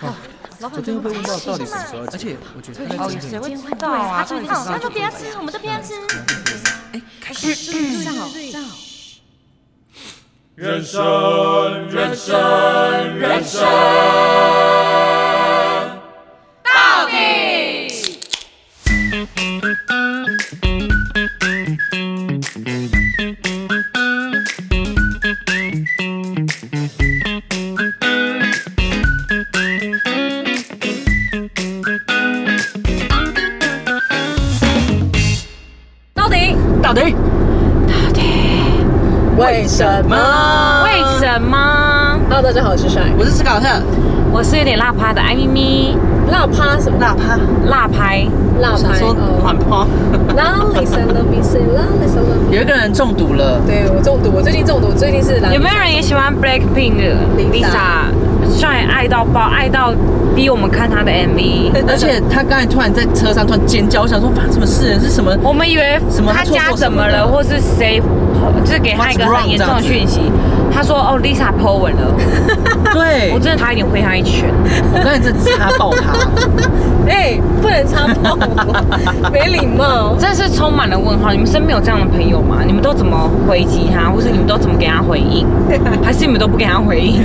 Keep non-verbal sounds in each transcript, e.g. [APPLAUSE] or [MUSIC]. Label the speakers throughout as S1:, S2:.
S1: 啊，
S2: 老
S1: 昨
S2: 板
S1: 天又被问到到底什么时候要
S3: 而
S1: 结
S3: 且
S1: 婚，
S3: 我觉得
S2: 哦
S3: 他
S2: 也
S3: 的
S2: 谁
S3: 精
S2: 会
S3: 神，
S2: 知道啊？
S4: 对
S2: 到底
S4: 他
S2: 是
S4: 就不要吃，我们都不要吃。
S2: 这样哦，这样哦。
S5: 人生，人生，人生。
S4: 到底
S3: 到底
S6: 为什么？
S4: 为什么？
S6: Hello，大家好，我是帅。
S3: 我是斯考特，
S4: 我是有点辣趴的艾咪咪，
S6: 辣趴什么？
S3: 哪怕
S4: 辣拍。
S6: 辣
S3: 想
S6: 拍
S3: 说
S6: 哦。
S3: 缓坡，
S6: 拉蕾莎 love me say 拉蕾莎 love me。
S3: 有一个人中毒了，
S6: 对我中毒，我最近中毒，最近是拉
S4: 有没有人也喜欢 Blackpink 的
S6: Lisa
S4: Lisa？上海爱到爆，爱到逼我们看她的 MV。
S3: 而且他刚才突然在车上突然尖叫，我想说发生什么事？是什么？
S4: 我们以为
S3: 什么
S4: 他家怎么了，
S3: 错
S4: 或是谁，就是给他一个
S3: What's wrong，
S4: 很严重的
S3: 这样
S4: 讯息。他说：“哦，Lisa po 文了。
S3: 对，”
S4: 我
S3: 我
S4: 真的差一点挥他一拳。
S3: 刚才真的插爆 [LAUGHS] 他，
S6: 哎、不能插爆我，没礼貌。
S4: 真的是充满了问号。你们身边有这样的朋友吗？你们都怎么回击他，或是你们都怎么给他回应？还是你们都不给他回应？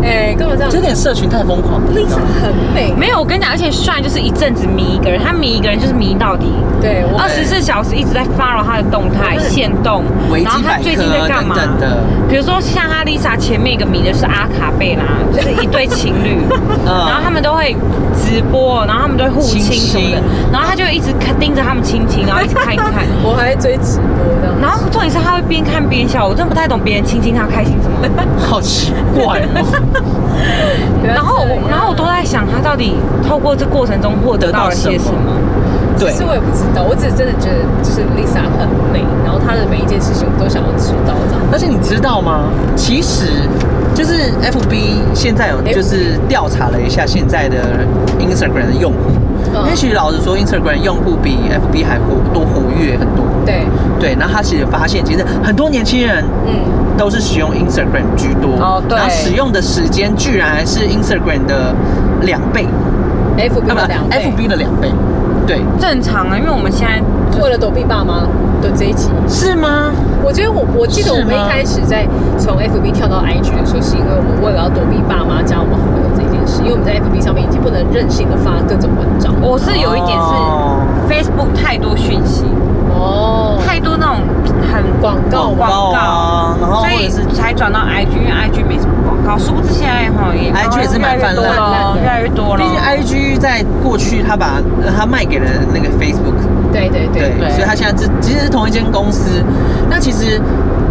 S6: 哎、干嘛这样
S3: 这点社群太疯狂了。你知道
S6: ？Lisa
S3: 吗
S6: 很美。
S4: 没有，我跟你讲，而且帅就是一阵子迷一个人，他迷一个人就是迷到底，
S6: 对，我
S4: 二十四小时一直在 follow 他的动态、线动
S3: 维，
S4: 然后
S3: 基
S4: 他
S3: 百
S4: 最近在
S3: 科
S4: 干
S3: 等
S4: 嘛？
S3: 等的，
S4: 比如说像阿丽莎前面一个迷的是阿卡
S3: [LAUGHS]
S4: 贝拉，就是一对情侣，
S3: 嗯
S4: 然
S3: 啊
S4: 后他们都会直播，然后他们都会互亲什么的
S3: 亲亲，
S4: 然后他就一直看盯着他们亲亲，然后一直看
S3: [LAUGHS]
S4: 一看。
S6: 我还追直播这样。
S4: 然后重点是他会边看边笑，我真的不太懂别人亲亲他开心什
S3: [LAUGHS]
S4: 么。
S3: 好奇怪哦，
S6: 原来
S4: 然后
S6: 是这
S4: 我，
S6: 样
S4: 然后我都在想，他到底透过这过程中获得
S3: 得到
S4: 到了些
S3: 什
S4: 什
S3: 么
S4: 么？
S3: 对
S6: 其实我也不知道，我只是真的觉得就是 Lisa 很美，然后她的每一件事情我都想要知道这样。
S3: 而且你知道吗？其实就是 FB 现在有就是调查了一下现在的 Instagram 的用户，
S6: 嗯
S3: 也许老实说，Instagram 用户比 FB 还活多活跃很多。
S6: 对，
S3: 对，然后他其实发现，其实很多年轻人
S6: 嗯，
S3: 都是使用 Instagram 居多，
S4: 哦对
S3: 然后使用的时间居然还是 Instagram 的两倍，
S6: ，FB
S3: 啊
S6: 的两
S3: 不
S6: 倍
S3: ，FB 的两倍，对，
S4: 正常啊，因为我们现在
S6: 为了躲避爸妈的这一集，
S3: 是吗？
S6: 我觉得我我记得我
S3: 是
S6: 们
S3: 吗
S6: 一开始在从 FB 跳到 IG 的时候，是因为我们为了要躲避爸妈加我们好友这件事，因为我们在 FB 上面已经不能任性的发各种文章。
S4: 我是有一点是
S3: 哦
S4: Facebook 太多讯息，
S6: 哦，
S4: 太多那种很
S6: 广告
S3: 广告啊然后
S4: 所
S3: 或
S4: 以
S3: 者是
S4: 才转到 IG，因为 IG 没什么广告。殊不知现在哈也
S3: IG 也是蛮泛滥的
S4: 越来越多了，越来越多了。
S3: 毕竟 I G 在过去，他把呃他卖给了那个 Facebook，
S6: 对对对
S3: 对，
S6: 对，
S3: 所以他现在这其实是同一间公司。那其实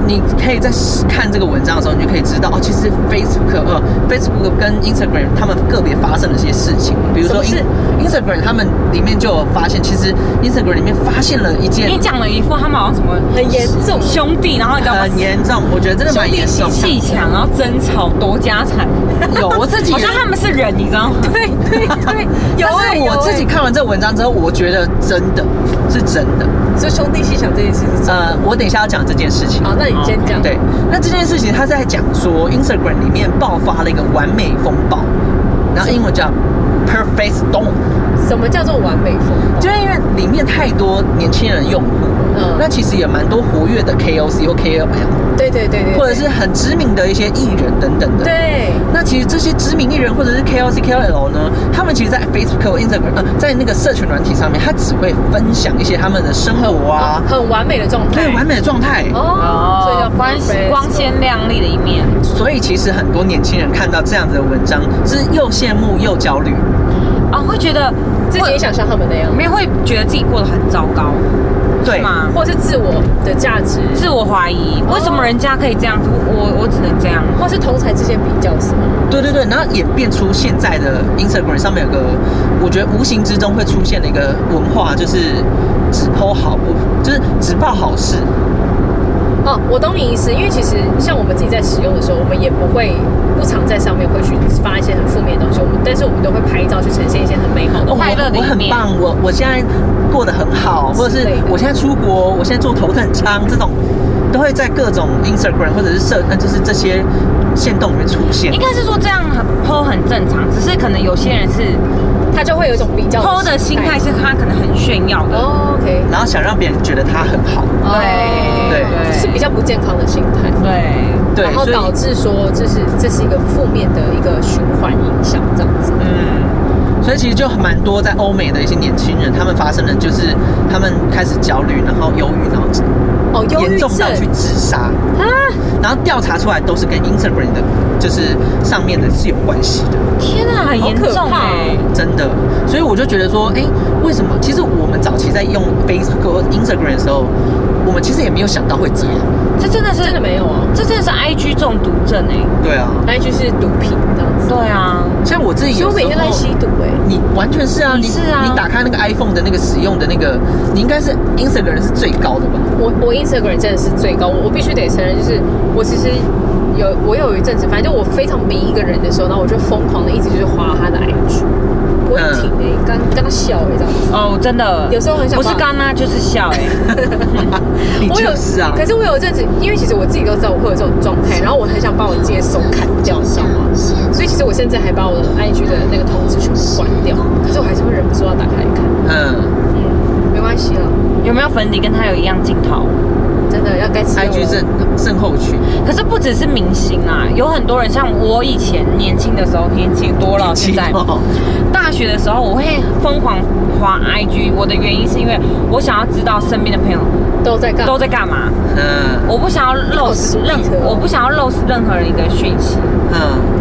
S3: 你可以在看这个文章的时候，你就可以知道哦，其实 Facebook 呃 Facebook 跟 Instagram 他们个别发生了一些事情，比如说
S6: 什
S3: In, Instagram 他们里面就有发现，其实 Instagram 里面发现了一件
S4: 你讲了一副他们好像什么
S6: 很严重
S4: 兄弟，然后你知道吗？
S3: 很严重，我觉得真的蛮严重
S4: 兄
S3: 的。
S4: 弟情气强，然后争吵夺家产，
S3: 有我
S4: [LAUGHS]
S3: 自己
S4: 好像他们是人，你知道吗？
S3: [LAUGHS]
S6: 对
S4: [LAUGHS]
S6: 对对，有
S3: 但
S6: 欸
S3: 啊是我自
S4: 哎
S3: 己，看完这文章之后，我觉得真的是真的。
S6: 有欸所以兄弟戏想这件事是真的。
S3: 呃，我等一下要讲这件事情。
S6: 好，那你先讲。
S3: 哦对，那这件事情他在讲说，Instagram 里面爆发了一个完美风暴，然后英文叫 perfect storm，
S6: 什么叫做完美风暴？
S3: 就是因为里面太多年轻人用户，
S6: 嗯
S3: 那其实也蛮多活跃的 KOC 或 KOL，
S6: 对对对对，对
S3: 或者是很知名的一些艺人等等的。。
S6: 对
S3: 那其实这些知名艺人或者是 KOC、KOL 呢，他们其实，在 Facebook、Instagram，呃，在那个社群软体上面，他只会分享一些他们的生活啊，
S6: 很完美的状态
S3: 对，。完美的状态。
S6: 哦，所以叫
S4: 光
S6: perfect
S4: 光鲜亮丽的一面。
S3: 所以其实很多年轻人看到这样子的文章，是又羡慕又焦虑。
S4: 啊，会觉得
S6: 自己也想像他们那样，
S4: 没有会觉得自己过得很糟糕，
S3: 对
S4: 是吗？
S6: 或是自我的价值，
S4: 自我怀疑，为什么人家可以这样子，我我只能这样？
S6: 或是同才之间比较是吗？
S3: 对对对，然后演变出现在的 Instagram 上面有个，我觉得无形之中会出现的一个文化，就是只 po 好不，就是只报好事。
S6: 哦，我懂你意思，因为其实像我们自己在使用的时候，我们也不会不常在上面会去发一些很负面的东西，我们但是我们都会拍照去呈现一些很美好的
S3: 哦
S4: 快乐的
S3: 我我
S4: 一
S3: 很
S4: 面
S3: 棒，我我现在过得很好，或者
S6: 之
S3: 是
S6: 类的
S3: 我现在出国，我现在坐头等舱这种，都会在各种 Instagram 或者是社，呃就是这些线动里面出现
S4: 应。该是说这样很剖很正常，只是可能有些人是
S6: 他就会有一种比较
S4: 剖的心态是他可能很炫耀的，
S6: 哦，OK，
S3: 然后想让别人觉得他很好，
S6: 哦
S3: 对
S4: 对
S6: 就是比较不健康的心态，
S4: 对，
S3: 对，
S6: 然后
S3: 所以
S6: 导致说这是这是一个负面的一个循环影响，这样子。
S3: 嗯，所以其实就蛮多在欧美的一些年轻人，他们发生的就是他们开始焦虑，然后忧郁，然后
S6: 哦，忧
S3: 严
S6: 郁
S3: 重
S6: 症
S3: 到去自杀。
S6: 啊！
S3: 然后调查出来都是跟 Instagram 的，就是上面的是有关系的，
S4: 天啊，很严
S6: 好
S4: 重
S6: 可怕
S4: 哎、
S3: 欸
S6: 哦
S3: 真的。所以我就觉得说，哎，为什么？其实我们早期在用 Facebook 或 Instagram 的时候，我们其实也没有想到会这样。
S4: 这真的是
S6: 真的没有啊，
S4: 这真的是 IG 中毒症哎、
S3: 对啊，
S6: 那一句是毒品这样子。
S4: 对啊，
S3: 像我自己
S6: 其实
S3: 有时
S6: 我每天都在
S3: 候
S6: 吸毒哎、
S3: 你完全是啊，你
S4: 是啊
S3: 你打开那个 iPhone 的那个使用的那个，你应该是 Instagram 是最高的
S4: [LAUGHS]
S3: 吧？
S6: 我我 Instagram 真的是最高，我我必须得承认，就是我其实有我有一阵子，反正就我非常迷一个人的时候，然后我就疯狂的一直就是划他的 IG，不会停
S3: 嗯
S6: 哎、刚刚他笑哎、这样子。
S4: 哦，真的，
S6: 有时候很想
S4: 不是
S6: 把
S4: 刚刚就是笑哎、
S3: 你
S6: 我有
S3: 就是啊，
S6: 可是我有一阵子，因为其实我自己都知道我会有这种状态，然后我很想把我自己的手砍掉，你知道吗？所以其实我现在还把我的 IG 的那个通知全部关掉，可是我还是会忍不住要打开来看。
S3: 嗯
S6: 嗯，没关系了，
S4: [LAUGHS] 有没有粉底跟他有一样镜头？
S6: 真的要该吃药了
S3: ，IG 症症候群，
S4: 可是不只是明星啊，有很多人像我以前年轻的时候，年轻多了，现在
S3: 哦
S4: 大学的时候我会疯狂滑 IG，我的原因是因为我想要知道身边的朋友
S6: 都在干嘛
S4: 都在干嘛，
S3: [LAUGHS] 嗯
S4: 我不想要漏失任
S6: 好 sweet 哦
S4: 我不想要漏失任何人一个讯息，
S3: 嗯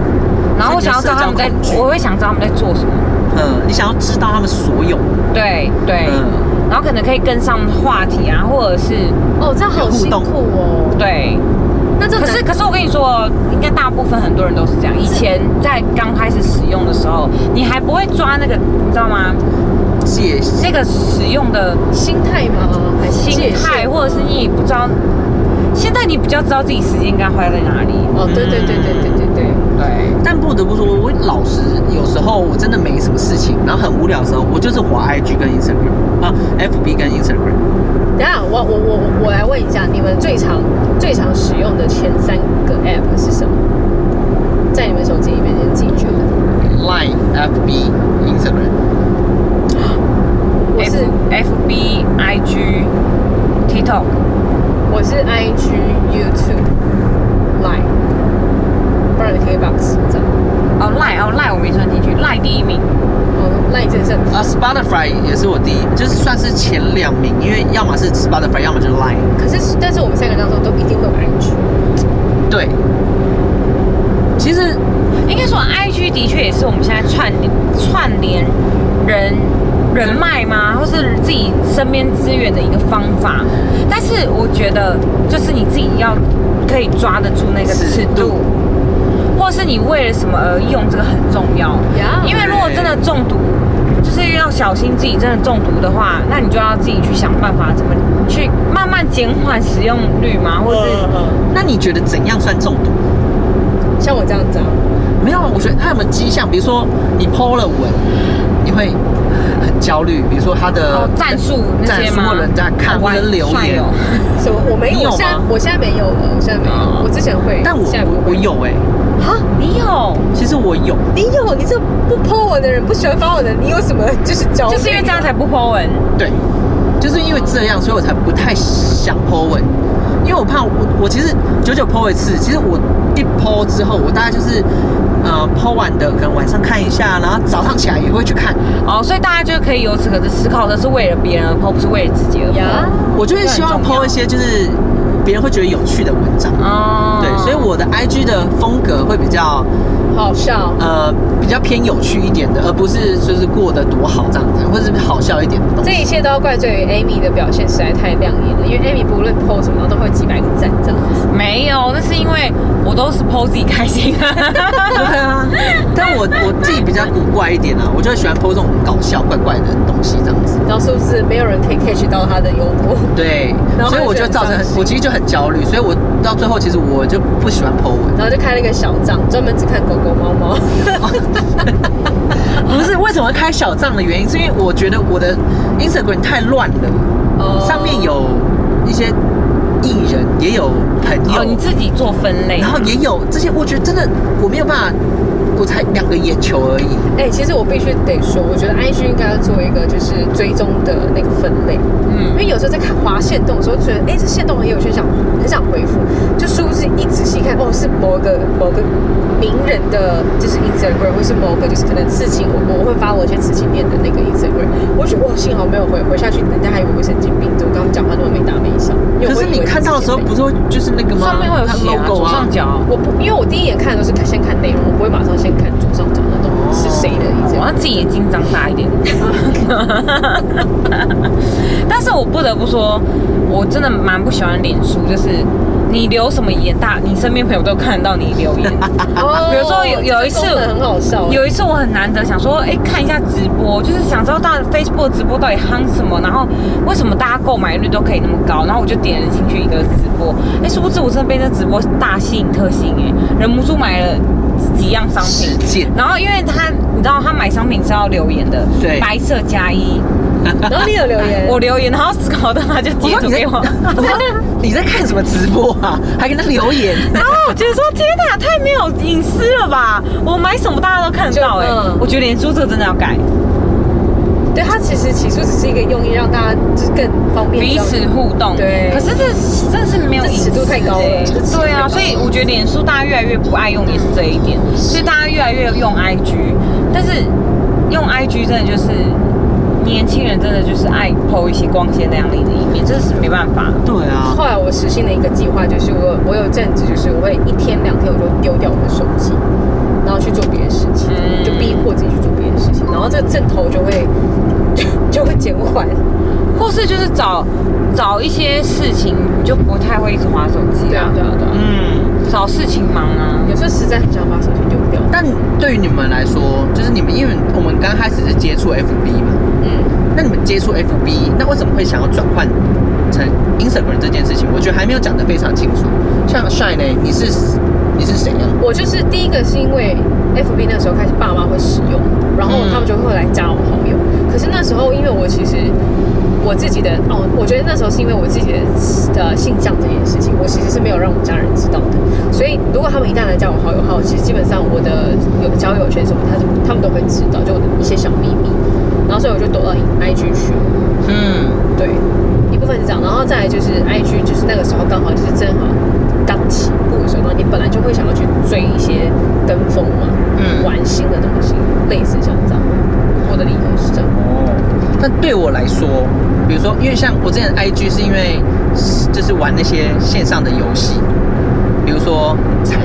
S4: 然后我想要知道他们在
S3: 所以你的社交恐，惧
S4: 我会想知道他们在做什么，
S3: 嗯，你想要知道他们所有，
S4: 对对，
S3: 嗯，
S4: 然后可能可以跟上话题啊，或者是
S6: 哦，这样好辛苦哦。
S4: 对。
S6: 那这
S4: 可
S6: 可
S4: 是，
S6: 是
S4: 可是我跟你说，应该大部分很多人都是这样。以前在刚开始使用的时候，你还不会抓那个，你知道吗？
S3: 谢谢。
S4: 那个使用的
S6: 心态吗？还是
S4: 心
S6: 界
S4: 态，
S6: 限
S4: 或者是你也不知道。现在你比较知道自己时间应该花在哪里。
S6: 哦，对对对对对对对，
S4: 对，
S3: 但不得不说，我老实，有时候我真的没什么事情，然后很无聊的时候，我就是滑 IG 跟 Instagram 啊，FB 跟 Instagram。
S6: 等一下我我我我我来问一下，你们最常最常使用的前三个 app 是什么？在你们手机里面，你们自己觉得？
S3: Line、FB、Instagram，
S6: 我是
S4: F B I G TikTok，
S6: 我是 IG、YouTube、Line，不然 KBox 这样。
S4: 哦赖哦赖我没算进去，赖第一名。
S6: 哦，Line 真的是很
S3: 啊，Spotify 也是我第一，就是算是前两名，因为要么是 Spotify，要么就是 Line。
S6: 可是但是我们三个当中都一定会有 IG。
S3: 对，其实
S4: 应该说 I G 的确也是我们现在串联串联人人脉吗，或是自己身边资源的一个方法。但是我觉得，就是你自己要可以抓得住那个
S3: 尺
S4: 尺
S3: 度
S4: 度，或是你为了什么而用，这个很重要。
S6: 呀
S4: 因为如果真的中毒，就是要小心自己真的中毒的话，那你就要自己去想办法怎么去慢慢减缓使用率嘛，或
S3: 嗯
S4: 是
S3: 那你觉得怎样算中毒？
S6: 像我这样子啊，
S3: 没有啊，我觉得它有没有迹象？比如说你 PO 了文，你会很焦虑，比如说他的
S4: 哦战术那
S3: 战
S4: 些
S3: 术
S4: 吗
S3: 或？人家看或
S4: 哇
S3: 者留
S4: 帅
S3: 言
S4: 哦，
S6: 什么我没
S3: 你
S6: 有，
S3: 有
S6: 我现在
S3: 吗
S6: 我现在没有了，我现在没有，我之前会，
S3: 但我
S6: 现在不
S3: 我我
S6: 会
S3: 有哎、
S4: 啊，你有，
S3: 其实我有，
S6: 你有，哎你这不泼我的人，不喜欢发我的人，你有什么就是焦虑？
S4: 就是因为这样才不 po 文。
S3: 对，就是因为这样，所以我才不太想 Po 文，因为我怕我我其实久久 Po 一次，其实我一 Po 之后，我大概就是呃 Po 完的，可能晚上看一下，然后早上起来也会去看，
S4: 哦，所以大家就可以由此可知，思考这是为了别人而 po，不是为了自己而 po。
S6: 呀，
S3: 我就会希望
S4: 这很重要
S3: Po 一些就是别人会觉得有趣的文章。
S4: 哦，
S3: 对，所以我的 IG 的风格会比较
S6: 好笑。
S3: 呃比较偏有趣一点的，而不是就是过得多好这样子，或者是好笑一点的东
S6: 这
S3: 西。
S6: 一切都要怪罪于 Amy 的表现实在太亮眼了，因为 Amy 不论 PO 什么都会有几百个赞这样子。
S4: 没有，那是因为我都是 po 自己开心。
S3: 对啊，但我我自己比较古怪一点啊，我就喜欢 PO 这种搞笑怪怪的东西这样子。
S6: 然后是不是没有人可以 catch 到他的幽默？
S3: 对
S6: 然，后
S3: 所以我
S6: 就
S3: 就
S6: 很
S3: 造成
S6: 伤
S3: 很
S6: 心
S3: 我其实就很焦虑，所以我到最后其实我就不喜欢 PO 文。
S6: 然后就开了一个小账，专门只看狗狗、猫猫。
S3: 不是为什么开小账的原因，是因为我觉得我的 Instagram 太乱了，
S6: 哦
S3: 上面有一些艺人，也 [LAUGHS] 有朋友，
S4: 哦，你自己做分类，
S3: 然后也有这些，我觉得真的我没有办法，我才两个眼球而已。
S6: 哎、其实我必须得说，我觉得 IG 应该要做一个就是追踪的那个分类，因
S4: 嗯，
S6: 为有时候在看划线动的时候，觉得哎、这线动很有趣，想很想回复，就殊不知一仔细看，哦，是某个某个名人的，就是 Instagram，或是某个就是可能刺青，我我会发我一些刺青店的那个 Instagram，我觉得哇，幸好没有回回下去，人家还以为我神经病，就我跟他们讲话都没打没笑。因为
S3: 可
S6: 我
S3: 是
S6: 以
S3: 你
S6: 为
S3: 看到的时候，不
S6: 刺青店
S3: 是会就是那个吗？
S4: 上面会有
S3: 它
S4: 写啊，
S3: logo
S4: 左
S3: 啊
S4: 上。角。
S6: 我不，因为我第一眼看的时候是先看内容，我不会马上先看左上角那种是谁的意思
S4: 我。要自己眼睛张大一点。 [LAUGHS] 但是我不得不说，我真的蛮不喜欢脸书，就是你留什么言大，你身边朋友都看得到你留言。
S6: 哦
S4: 比如说有有一次
S6: 这个功能很好笑，欸
S4: 有一次我很难得想说，哎、看一下直播，就是想知道大 Facebook 直播到底夯什么，然后为什么大家购买率都可以那么高，然后我就点了进去一个直播，哎、殊不知我真的被这直播大吸引特吸引、哎，忍不住买了几样商品
S3: 十件，
S4: 然后因为他，你知道他买商品是要留言的，
S3: 对
S4: 白色加一，
S6: 然后你有留言，
S4: [LAUGHS] 我留言，然后思考到他就
S3: 我
S4: 截
S3: 说
S4: 图
S3: 你在
S4: 给我。
S3: 我说 [LAUGHS] 你在看什么直播啊？还跟他留言？
S4: [LAUGHS] 然后我觉得说，天哪，太没有隐私了吧！我买什么大家都看得到、哎、
S6: 就嗯
S4: 我觉得脸书这个真的要改。
S6: 对它其实起初只是一个用意，让大家就是更方便
S4: 彼此
S6: 知道
S4: 互动。
S6: 对
S4: 可是这真的是没有
S6: 这
S4: 隐私
S6: 尺度太高了
S4: 欸
S6: 这个尺度
S4: 对
S6: 太高
S4: 啊，
S6: 了
S4: 所以我觉得脸书大家越来越不爱用也是这一点，所以大家越来越用 IG，但是用 IG 真的就是。年轻人真的就是爱 PO 一些光鲜亮丽的一面，这是没办法。
S3: 对啊，
S6: 后来我实行了一个计划，就是我我有阵子就是我会一天两天我就丢掉我的手机，然后去做别的事情，
S4: 嗯
S6: 就逼迫自己去做别的事情，然后这个阵头就会 [LAUGHS] 就会减缓。
S4: 嗯或是就是找找一些事情，你就不太会一直划手机
S6: 对
S4: 啊。
S6: 啊对啊对啊，
S3: 嗯。
S4: 找事情忙啊。
S6: 有时候实在很想把手机丢掉。
S3: 但对于你们来说，就是你们，因为我们刚开始是接触 FB 嘛，
S6: 嗯，
S3: 那你们接触 FB，那为什么会想要转换成 Instagram 这件事情？我觉得还没有讲得非常清楚。像 Shine 呢，你是你是谁啊？
S6: 我就是第一个是因为 FB 那时候开始爸妈会使用，然后
S3: 嗯
S6: 他们就会来加我好友。可是那时候因为我其实我自己的哦，我觉得那时候是因为我自己的呃性向这件事情，我其实是没有让我家人知道的。所以如果他们一旦来加我好友后，其实基本上我的有交友圈什么，他是他们都会知道，就我的一些小秘密。然后所以我就躲到 IG 去。
S3: 嗯，
S6: 对，一部分是这样，然后再来就是 IG，就是那个时候刚好就是正好刚起步的时候，然后你本来就会想要去追一些跟风嘛，
S3: 嗯
S6: 玩新的东西，类似像这样，我的理由是这样。
S3: 哦，但对我来说，比如说，因为像我之前 IG 是因为就是玩那些线上的游戏，比如说猜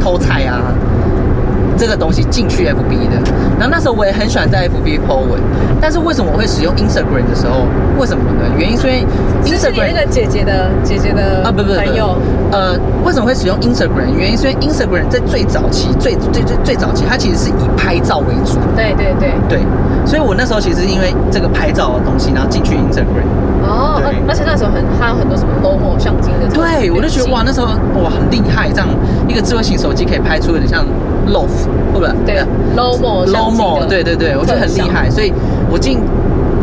S3: 偷猜啊这个东西进去 FB 的。然后那时候我也很喜欢在 FB po 文，但是为什么我会使用 Instagram 的时候，为什么呢？原因是因为
S6: 就是你
S3: Instagram
S6: 那个姐姐的姐姐的
S3: 啊，不不不，
S6: 朋友，
S3: 呃，为什么会使用 Instagram？原因是因为 Instagram 在最早期、最最最最早期，它其实是以拍照为主，
S6: 对对对，
S3: 对，所以我那时候其实因为这个拍照的东西，然后进去 Instagram，
S6: 哦，
S3: 对
S6: 而而且那时候很还有很多什么 logo 相机的这种东西，
S3: 对我就觉得哇，那时候哇很厉害，这样一个智慧型手机可以拍出有点像 loaf，或者呃
S6: 对 logo
S3: lomo，对对对，我觉得很厉害，所以我进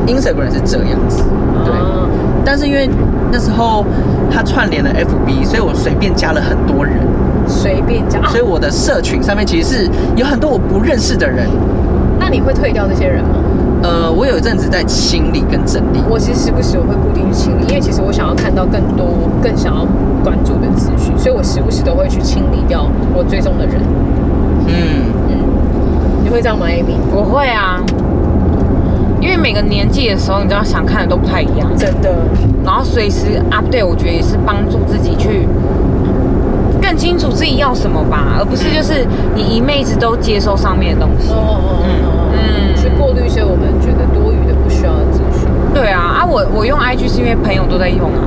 S3: Instagram 是这样子，对。
S6: 啊
S3: 但是因为那时候它串联了 FB，所以我随便加了很多人，
S6: 随便讲。啊
S3: 所以我的社群上面其实是有很多我不认识的人。
S6: 那你会退掉那些人吗？
S3: 呃，我有一阵子在清理跟整理，
S6: 我其实时不时我会固定去清理，因为其实我想要看到更多、我更想要关注的资讯，所以我时不时都会去清理掉我追踪的人。
S3: 嗯，
S6: 嗯，你会这样吗，Amy？
S4: 我会啊，因为每个年纪的时候，你知道想看的都不太一样。
S6: 真的，
S4: 然后随时 update，我觉得也是帮助自己去更清楚自己要什么吧，而不是就是你一辈子都接收上面的东西
S6: 哦。哦哦，嗯，
S4: 嗯
S6: 去过滤一些我们觉得多余的、不需要的资讯。
S4: 对啊，啊我我用 IG 是因为朋友都在用 [LAUGHS] 啊，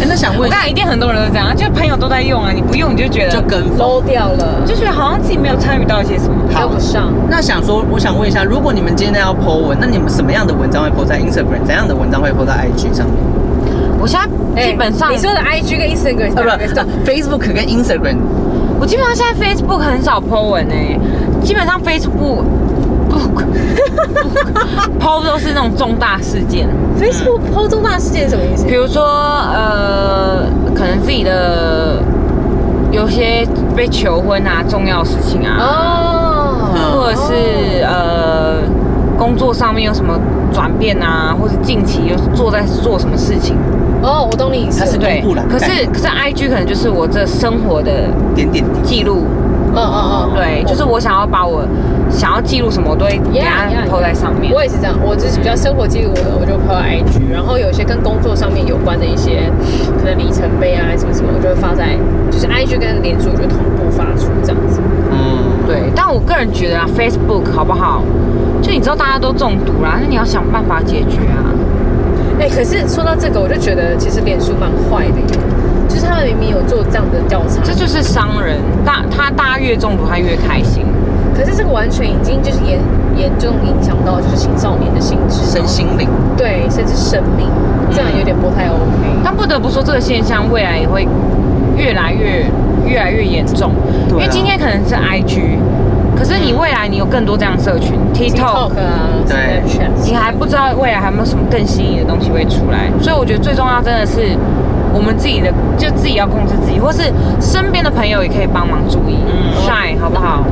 S3: 哎、那想
S4: 我
S3: 问，
S4: 看一定很多人都这样，就朋友都在用啊，你不用你就觉得
S3: 就跟风。
S6: 搂掉了，
S4: 就觉得好像自己没有参与到一些什么。
S6: 跟不上。
S3: 那想说，我想问一下，如果你们今天要 po 文，那你们什么样的文章会 po 在 Instagram，怎样的文章会 po [LAUGHS] 在 IG 上面？
S4: 我现在基本上、
S6: 哎
S4: 哦
S6: 你说的 IG 跟 Instagram
S3: 呃，
S6: 两个
S3: 不
S6: 是
S3: 是，Facebook 跟 Instagram，
S4: 欸我基本上现在 Facebook 很少 po 文诶、基本上 Facebook 不 [LAUGHS] PO 都是那种重大事件，
S6: Facebook 抛重大事件是什么意思
S4: 比？如说呃，可能自己的有些被求婚啊，重要事情啊，
S6: 哦，
S4: 或者是呃工作上面有什么转变啊，或是近期有做在做什么事情，
S6: 哦，我懂你意思
S3: 它。是
S4: 对
S3: 公布栏。
S4: 可是可是 IG 可能就是我这生活的
S3: 点点滴，
S4: 记录，
S6: 嗯嗯嗯，
S4: 对，就是我想要把我想要记录什么，我都会给它
S6: Yeah, yeah,
S4: 抛在上面。
S6: 我也是这样，我就是比较生活记录的，我就 po IG，然后有一些跟工作上面有关的一些可能里程碑啊什么什么，我就会发在就是 IG 跟脸书，我就同步发出这样子。
S3: 嗯，
S4: 对，但我个人觉得啊，Facebook 好不好？就你知道大家都中毒啦，那你要想办法解决啊。
S6: 哎、可是说到这个，我就觉得其实脸书蛮坏的耶，就是他们明明有做这样的调查，
S4: 这就是商人，大他大家越中毒，他越开心。
S6: 可是这个完全已经就是严严重影响到就是青少年的心智，
S3: 身心灵，
S6: 对，甚至生命，这样有点不太 OK。
S4: 但不得不说，这个现象未来也会越来越越来越严重，因
S3: 对啊
S4: 为今天可能是 IG，可是你未来你有更多这样的社群 TikTok。
S6: TikTok 啊
S3: 对
S6: ，Snapchat，
S4: 你还不知道未来还有没有什么更新颖的东西会出来，所以我觉得最重要真的是我们自己的，就自己要控制自己，或是身边的朋友也可以帮忙注意，
S3: 嗯
S4: 晒好
S3: [LAUGHS]
S4: 不好？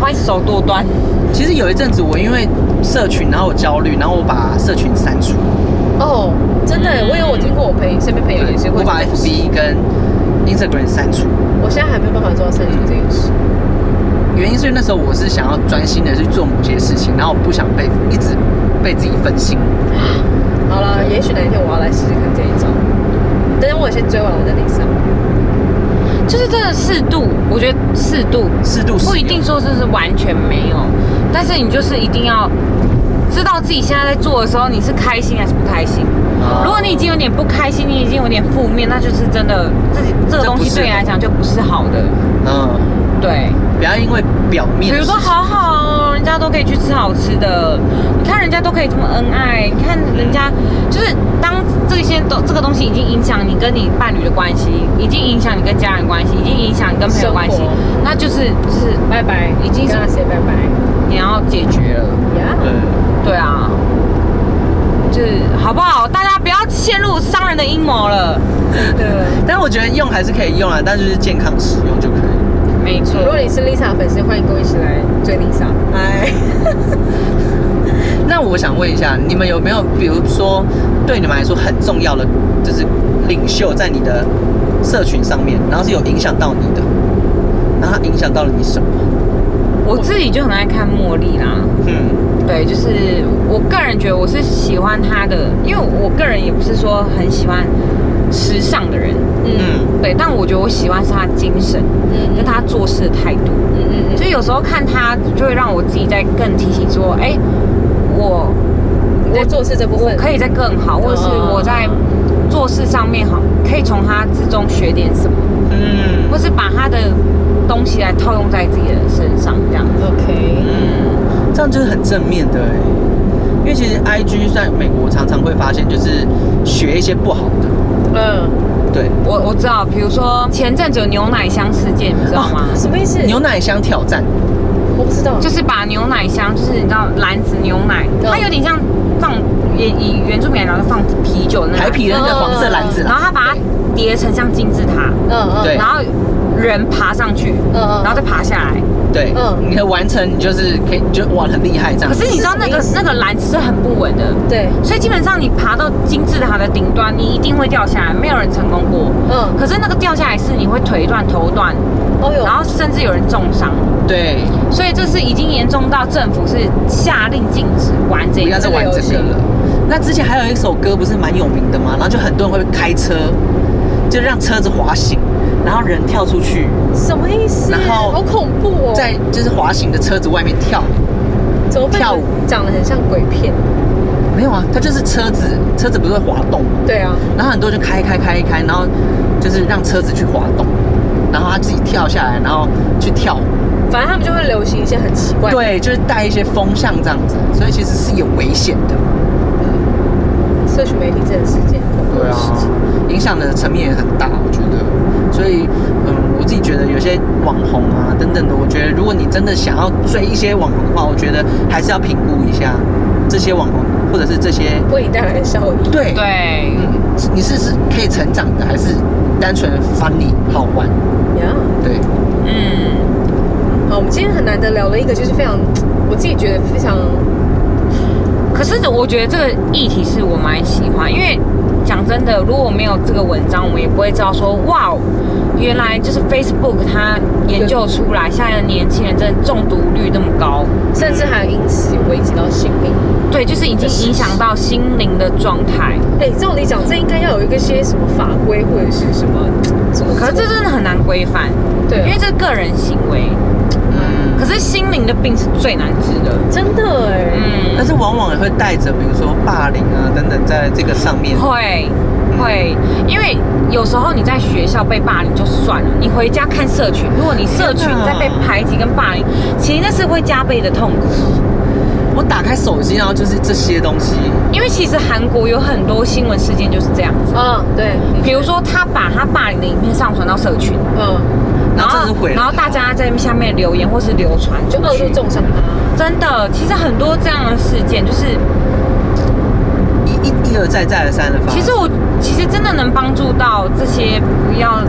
S4: 欢迎手多端，
S3: 其实有一阵子我因为社群，然后我焦虑，然后我把社群删除，
S6: 哦，真的，
S4: 嗯
S6: 我有我听过我朋友身边朋友也是会
S3: 我把
S6: 这样子
S3: FB 跟 Instagram 删除，
S6: 我现在还没有办法做到删除这件事。
S3: 原因是因为那时候我是想要专心的去做某些事情，然后我不想被一直被自己分心。
S6: 好了，也许哪一天我要来试试看这一招。但是我先追完我再领上。
S4: 就是真的适度，我觉得适度，
S3: 适度使用
S4: 不一定说这是完全没有，但是你就是一定要知道自己现在在做的时候你是开心还是不开心。
S3: 啊
S4: 如果你已经有点不开心，你已经有点负面，那就是真的自己这个
S3: 这不
S4: 东西
S3: 是啊
S4: 对你来讲就不是好的，
S3: 嗯，
S4: 对。
S3: 不要因为表面，
S4: 比如说，好好，人家都可以去吃好吃的，你看人家都可以这么恩爱，你看人家就是当这些都这个东西已经影响你跟你伴侣的关系，已经影响你跟家人关系，已经影响你跟朋友关系
S6: 生活，
S4: 那就是就是
S6: 拜拜，
S4: 已经是
S6: 跟他 say 拜拜。
S4: 你要解决了，
S6: 呀、
S3: 对，
S4: 对啊，就是好不好？大家不要陷入商人的阴谋了，
S6: 真的。
S3: 但我觉得用还是可以用啊，但就是健康使用就可以。
S4: 没错
S6: 如果你是 Lisa 的粉丝，欢迎跟我一起来追 Lisa。
S3: 哎， [LAUGHS] 那我想问一下，你们有没有比如说对你们来说很重要的，就是领袖在你的社群上面，然后是有影响到你的，然后他影响到了你什么？
S4: 我自己就很爱看茉莉啦。
S3: 嗯，
S4: 对，就是我个人觉得我是喜欢他的，因为我个人也不是说很喜欢时尚的人，
S3: 嗯
S4: 对，但我觉得我喜欢是他精神
S6: 嗯
S4: 跟
S6: 嗯
S4: 他做事的态度，
S6: 嗯嗯
S4: 所以有时候看他就会让我自己在更提醒说，哎，我
S6: 嗯，你在做事这部分
S4: 可以再更好，或者是嗯我在做事上面好，可以从他之中学点什么，
S3: 嗯
S4: 或是把他的东西来套用在自己的身上，这样。
S6: OK。
S3: 嗯，这样就是很正面的、欸。因为其实 I G 在美国常常会发现，就是学一些不好的，
S6: 嗯，
S3: 对，
S4: 我我知道，比如说前阵子有牛奶箱事件，你知道吗？
S6: 哦
S3: 哦
S6: 什么意思？
S3: 牛奶箱挑战，
S6: 我不知道。
S4: 就是把牛奶箱，就是你知道篮子牛奶，
S6: 嗯
S4: 它有点像放以以原住民来讲，就放啤酒那
S3: 台
S4: 种，
S3: 啤的那个黄色篮子
S4: 然
S3: 啦，
S4: 后它把它叠成像金字塔，
S6: 嗯嗯
S3: 对
S4: 然后人爬上去，
S6: 嗯嗯，
S4: 然后再爬下来。
S3: 对，
S6: 嗯
S3: 你的完成你就是可以，你就哇很厉害这样
S4: 可
S3: 子。
S4: 是你知道那个
S6: 是什么意思
S4: 那个篮子是很不稳的，
S6: 对，
S4: 所以基本上你爬到金字塔的顶端，你一定会掉下来，没有人成功过。
S6: 嗯，
S4: 可是那个掉下来是你会腿断、头断，
S6: 哦哟，
S4: 然后甚至有人重伤。
S3: 对，
S4: 所以这是已经严重到政府是下令禁止玩这
S3: 不
S4: 一
S3: 要
S4: 个
S3: 再玩这个了。那之前还有一首歌不是蛮有名的吗？然后就很多人会开车，就让车子滑行，然后人跳出去，
S6: 什么意思？
S3: 然后
S6: 好恐怖哦，
S3: 在就是滑行的车子外面跳。
S6: 怎么被
S3: 跳舞
S6: 长得很像鬼片？
S3: 没有啊，它就是车子，车子不是会滑动吗，
S6: 对啊，
S3: 然后很多人就开开开开，然后就是让车子去滑动，然后他自己跳下来，然后去跳舞。
S6: 反正他们就会流行一些很奇怪的
S3: 对，就是带一些风向这样子，所以其实是有危险的。
S6: 社群媒体
S4: 啊
S3: 啊
S6: 这个事件，恐怖的事情。
S3: 影响的层面也很大，我觉得。所以，嗯，我自己自己觉得有些网红啊等等的，我觉得如果你真的想要追一些网红的话，我觉得还是要评估一下这些网红或者是这些
S6: 为你带来的效益。
S3: 对
S4: 对，
S3: 你是是可以成长的，还是单纯 funny 好玩？
S6: 呀、
S3: 对，
S4: 嗯，
S6: 好，我们今天很难得聊了一个，就是非常我自己觉得非常
S4: 可是我觉得这个议题是我蛮喜欢，因为讲真的，如果没有这个文章，我们也不会知道说，哇，原来就是 Facebook 它研究出来，现在的年轻人真的中毒率那么高，
S6: 甚至还有因此危及到性命。
S4: 对，就是已经影响到心灵的状态。
S6: 哎、照理讲，这应该要有一个些什么法规或者是什么什么。
S4: 可是这真的很难规范，
S6: 对啊
S4: 因为这是个人行为。
S3: 嗯
S4: 可。是心灵的病是最难治的，
S6: 真的哎、
S3: 但
S4: 嗯，
S3: 是往往也会带着，比如说霸凌啊等等，在这个上面，
S4: 会会，因为有时候你在学校被霸凌就算了，你回家看社群，如果你社群
S3: 天哪
S4: 在被排挤跟霸凌，其实那是会加倍的痛苦。
S3: 我打开手机，然后就是这些东西，
S4: 因为其实韩国有很多新闻事件就是这样子，
S6: 嗯，对，
S4: 比如说他把他霸凌的影片上传到社群，
S6: 嗯，
S3: 然后真的毁了
S4: 然后大家在下面留言或是流传出去，
S6: 就恶度重伤他。
S4: 真的，其实很多这样的事件就是。
S3: 一一一而再再而三的发生。
S4: 其实我其实真的能帮助到这些不要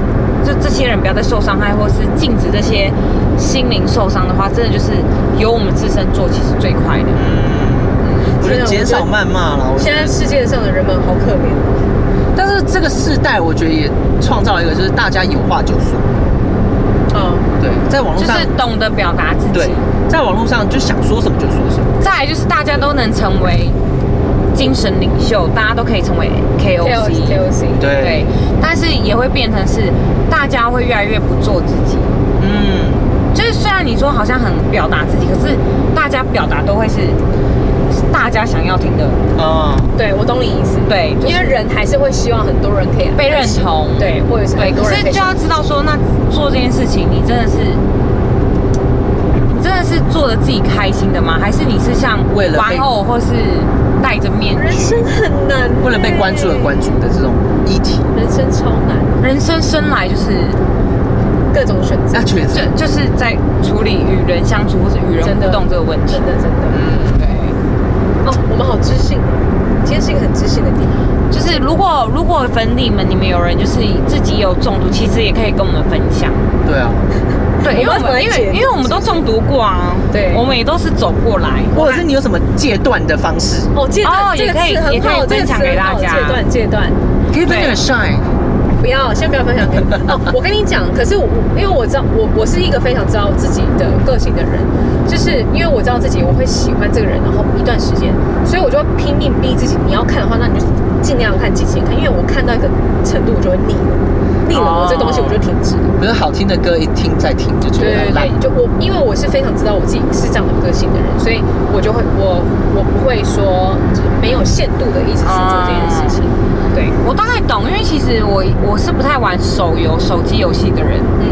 S4: 就这些人不要再受伤害，或是禁止这些心灵受伤的话，真的就是由我们自身做起是最快的。
S3: 嗯，我觉得减少谩骂了。我觉
S6: 现在
S3: 得，
S6: 世界上的人们好可怜哦，
S3: 但是这个世代，我觉得也创造了一个，就是大家有话就说。
S6: 嗯，
S3: 对，在网络
S4: 就
S3: 上
S4: 是，懂得表达自己
S3: 对，，在网络上就想说什么就说什么。
S4: 再来就是大家都能成为精神领袖，大家都可以成为
S6: ，KOC
S4: KOC，
S6: KOC，
S3: 对，
S4: 对，但是也会变成是大家会越来越不做自己。
S3: 嗯，
S4: 就是虽然你说好像很表达自己，可是大家表达都会是是大家想要听的，
S3: 啊，
S6: 对我懂你意思，
S4: 对，就是
S6: 因为人还是会希望很多人可以
S4: 被认同，
S6: 对，或者是
S4: 对，
S6: 很
S4: 可
S6: 多人
S4: 是
S6: 可以
S4: 就要知道说，那做这件事情，你真的是，你真的是做的自己开心的吗？还是你是像
S3: 为了
S4: 玩
S3: 被
S4: 偶，或是戴着面
S6: 人
S4: 具？
S6: 生很难，
S3: 为了被关注而关注，的这种议题，
S6: 人生超难，
S4: 人生生来就是，
S6: 各种选择
S3: 那，确实，
S4: 就就是在处理与人相处或是与人
S6: 真的
S4: 互动这个问题
S6: 真。的真的，
S3: 嗯，
S4: 对，
S6: 哦，我们好知性哦，今天是一个很知性的地方，
S4: 就是如果如果粉底们你们有人就是自己有中毒，其实也可以跟我们分享。
S3: 对啊，
S4: 对，因为我
S6: 我们
S4: 们因为因为我们都中毒过啊，
S6: 对
S4: 我们也都是走过来。
S3: 或者是你有什么戒断的方式，
S6: 哦，戒
S4: 哦
S6: 断这
S4: 也
S6: 个
S4: 可以
S6: 词很
S4: 也可以
S6: 好，这个
S4: 分
S6: 词
S4: 享给
S6: 很好
S4: 大家
S6: 戒断戒断。
S3: 可以分享
S4: 对
S3: shine，
S6: 不要，先不要分
S3: [LAUGHS]
S6: 享给你。哦，我跟你讲，可是我因为我知道我我是一个非常知道自己的个性的人，就是因为我知道自己我会喜欢这个人，然后一段时间，所以我就会拼命逼自己，你要看的话，那你就尽量看几集看，因为我看到一个程度我就会腻了，腻了
S3: 哦
S6: 我这东西我就停止了。
S3: 不是好听的歌一听再听就觉
S6: 对对
S3: 得烂
S6: 对，，就我因为我是非常知道我自己是这样的个性的人，所以我就会我我不会说就是没有限度的一直去做这件事情。
S3: 哦
S6: 对，
S4: 我大概懂，因为其实我我是不太玩手游、手机游戏的人。
S6: 嗯，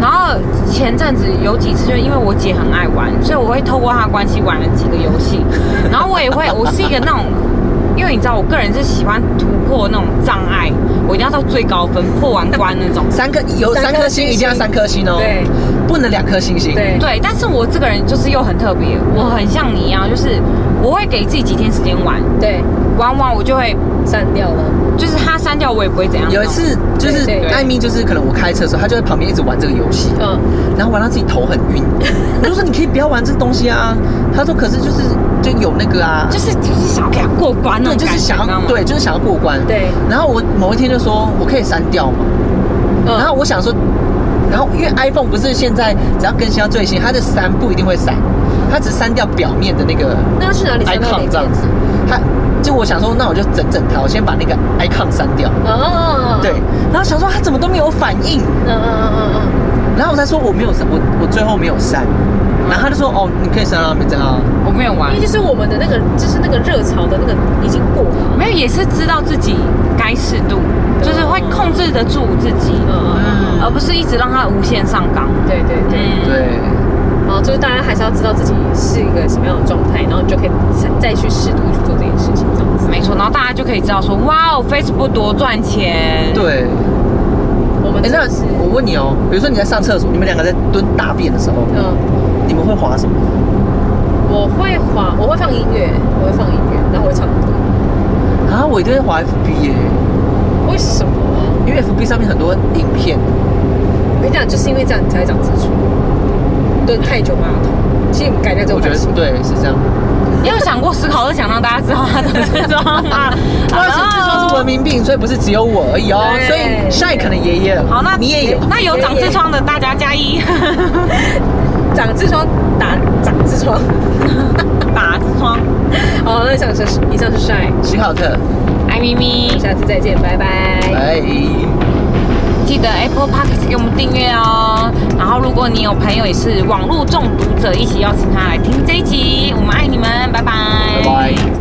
S4: 然后前阵子有几次，就是因为我姐很爱玩，所以我会透过她的关系玩了几个游
S3: [LAUGHS]
S4: 戏。然后我也会，我是一个那种，因为你知道，我个人是喜欢突破那种障碍，我一定要到最高分破完关那种。
S3: 三颗有
S6: 三
S3: 三
S6: 颗
S3: 颗星
S6: 星
S3: 一定要三颗星哦，
S6: 对，
S3: 不能两颗星星，
S6: 对
S4: 对，但是我这个人就是又很特别，我很像你一样，就是我会给自己几天时间玩，
S6: 对，
S4: 玩完我就会，
S6: 删掉了。
S4: 就是他删掉我也不会怎样。
S3: 有一次就是
S6: 对对
S3: 艾米，就是可能我开车的时候，她就在旁边一直玩这个游戏，
S4: 哦
S6: 嗯，
S3: 然后玩到自己头很晕。我就说你可以不要玩这个东西啊。她说可是就是就有那个啊，
S4: 就是就是想要给他过关那
S3: 对，
S4: 种
S3: 就是
S4: 感觉，
S3: 想
S4: 你知道
S3: 要
S4: 吗
S3: 对，就是想要过关。
S6: 对。
S3: 然后我某一天就说我可以删掉嘛，
S6: 嗯
S3: 然后我想说，然后因为 iPhone 不是现在只要更新到最新，它的删不一定会删，它只删掉表面的那个
S6: 那要去哪里删到
S3: icon
S6: 哪
S3: 这样子。它就我想说，那我就整整它，我先把那个 icon 删掉。
S4: 嗯
S6: 哦，
S3: 对，然后想说它怎么都没有反应，
S6: 嗯嗯嗯嗯
S3: 然后我才说我没有删，我我最后没有删，然后他就说哦，你可以删啊，没删啊，
S4: 我没有
S6: 嗯，
S4: 玩
S6: 因为，就是我们的那个，就是那个热潮的那个已经过了。
S4: 没有也是知道自己该适度，就是会控制得住自己，
S6: 嗯嗯，
S4: 而不是一直让它无限上纲。
S6: 嗯，对对对。
S4: 嗯，
S3: 对，
S6: 然后就是大家还是要知道自己是一个什么样的状态，然后你就可以再再去适度去做这件事情，这样子。
S4: 没错。然后大家就可以知道说，哇哦，Facebook 多赚钱。
S3: 对，
S6: 我们
S3: 哎、那
S6: 是
S3: 我问你哦，比如说你在上厕所，你们两个在蹲大便的时候，
S6: 嗯，
S3: 你们会滑什么？
S6: 我会滑，我会放音乐，我会放音乐，然后我会唱歌。
S3: 啊，我一定会滑 FB 耶、
S6: 为什么啊？
S3: 因为 FB 上面很多影片，
S6: 我跟你讲，就是因为这样你才会长痔疮，蹲太久马桶。其实你们改掉这
S3: 我
S6: 种
S3: 觉
S6: 东
S3: 得
S6: 西，
S3: 对是这样。
S4: 你有想过思考，就想让大家知道他的痔疮吗？
S3: 不然痔疮是文明病，所以不是只有我而已哦。
S6: 对
S3: 所以晒可能爷爷，
S4: 好，那
S3: 你也有。
S4: 那有长
S3: [LAUGHS]
S4: 痔疮的大家加一，
S6: 长痔疮打长痔疮。
S4: 打痔疮，
S6: 好，那以上是以上是帅，
S3: 史考特，
S4: 爱咪咪，
S6: 下次再见，拜拜。
S3: 哎，
S4: 记得 Apple Podcast 给我们订阅哦。然后，如果你有朋友也是网络中毒者，一起邀请他来听这一集，我们爱你们，拜拜
S3: 拜拜。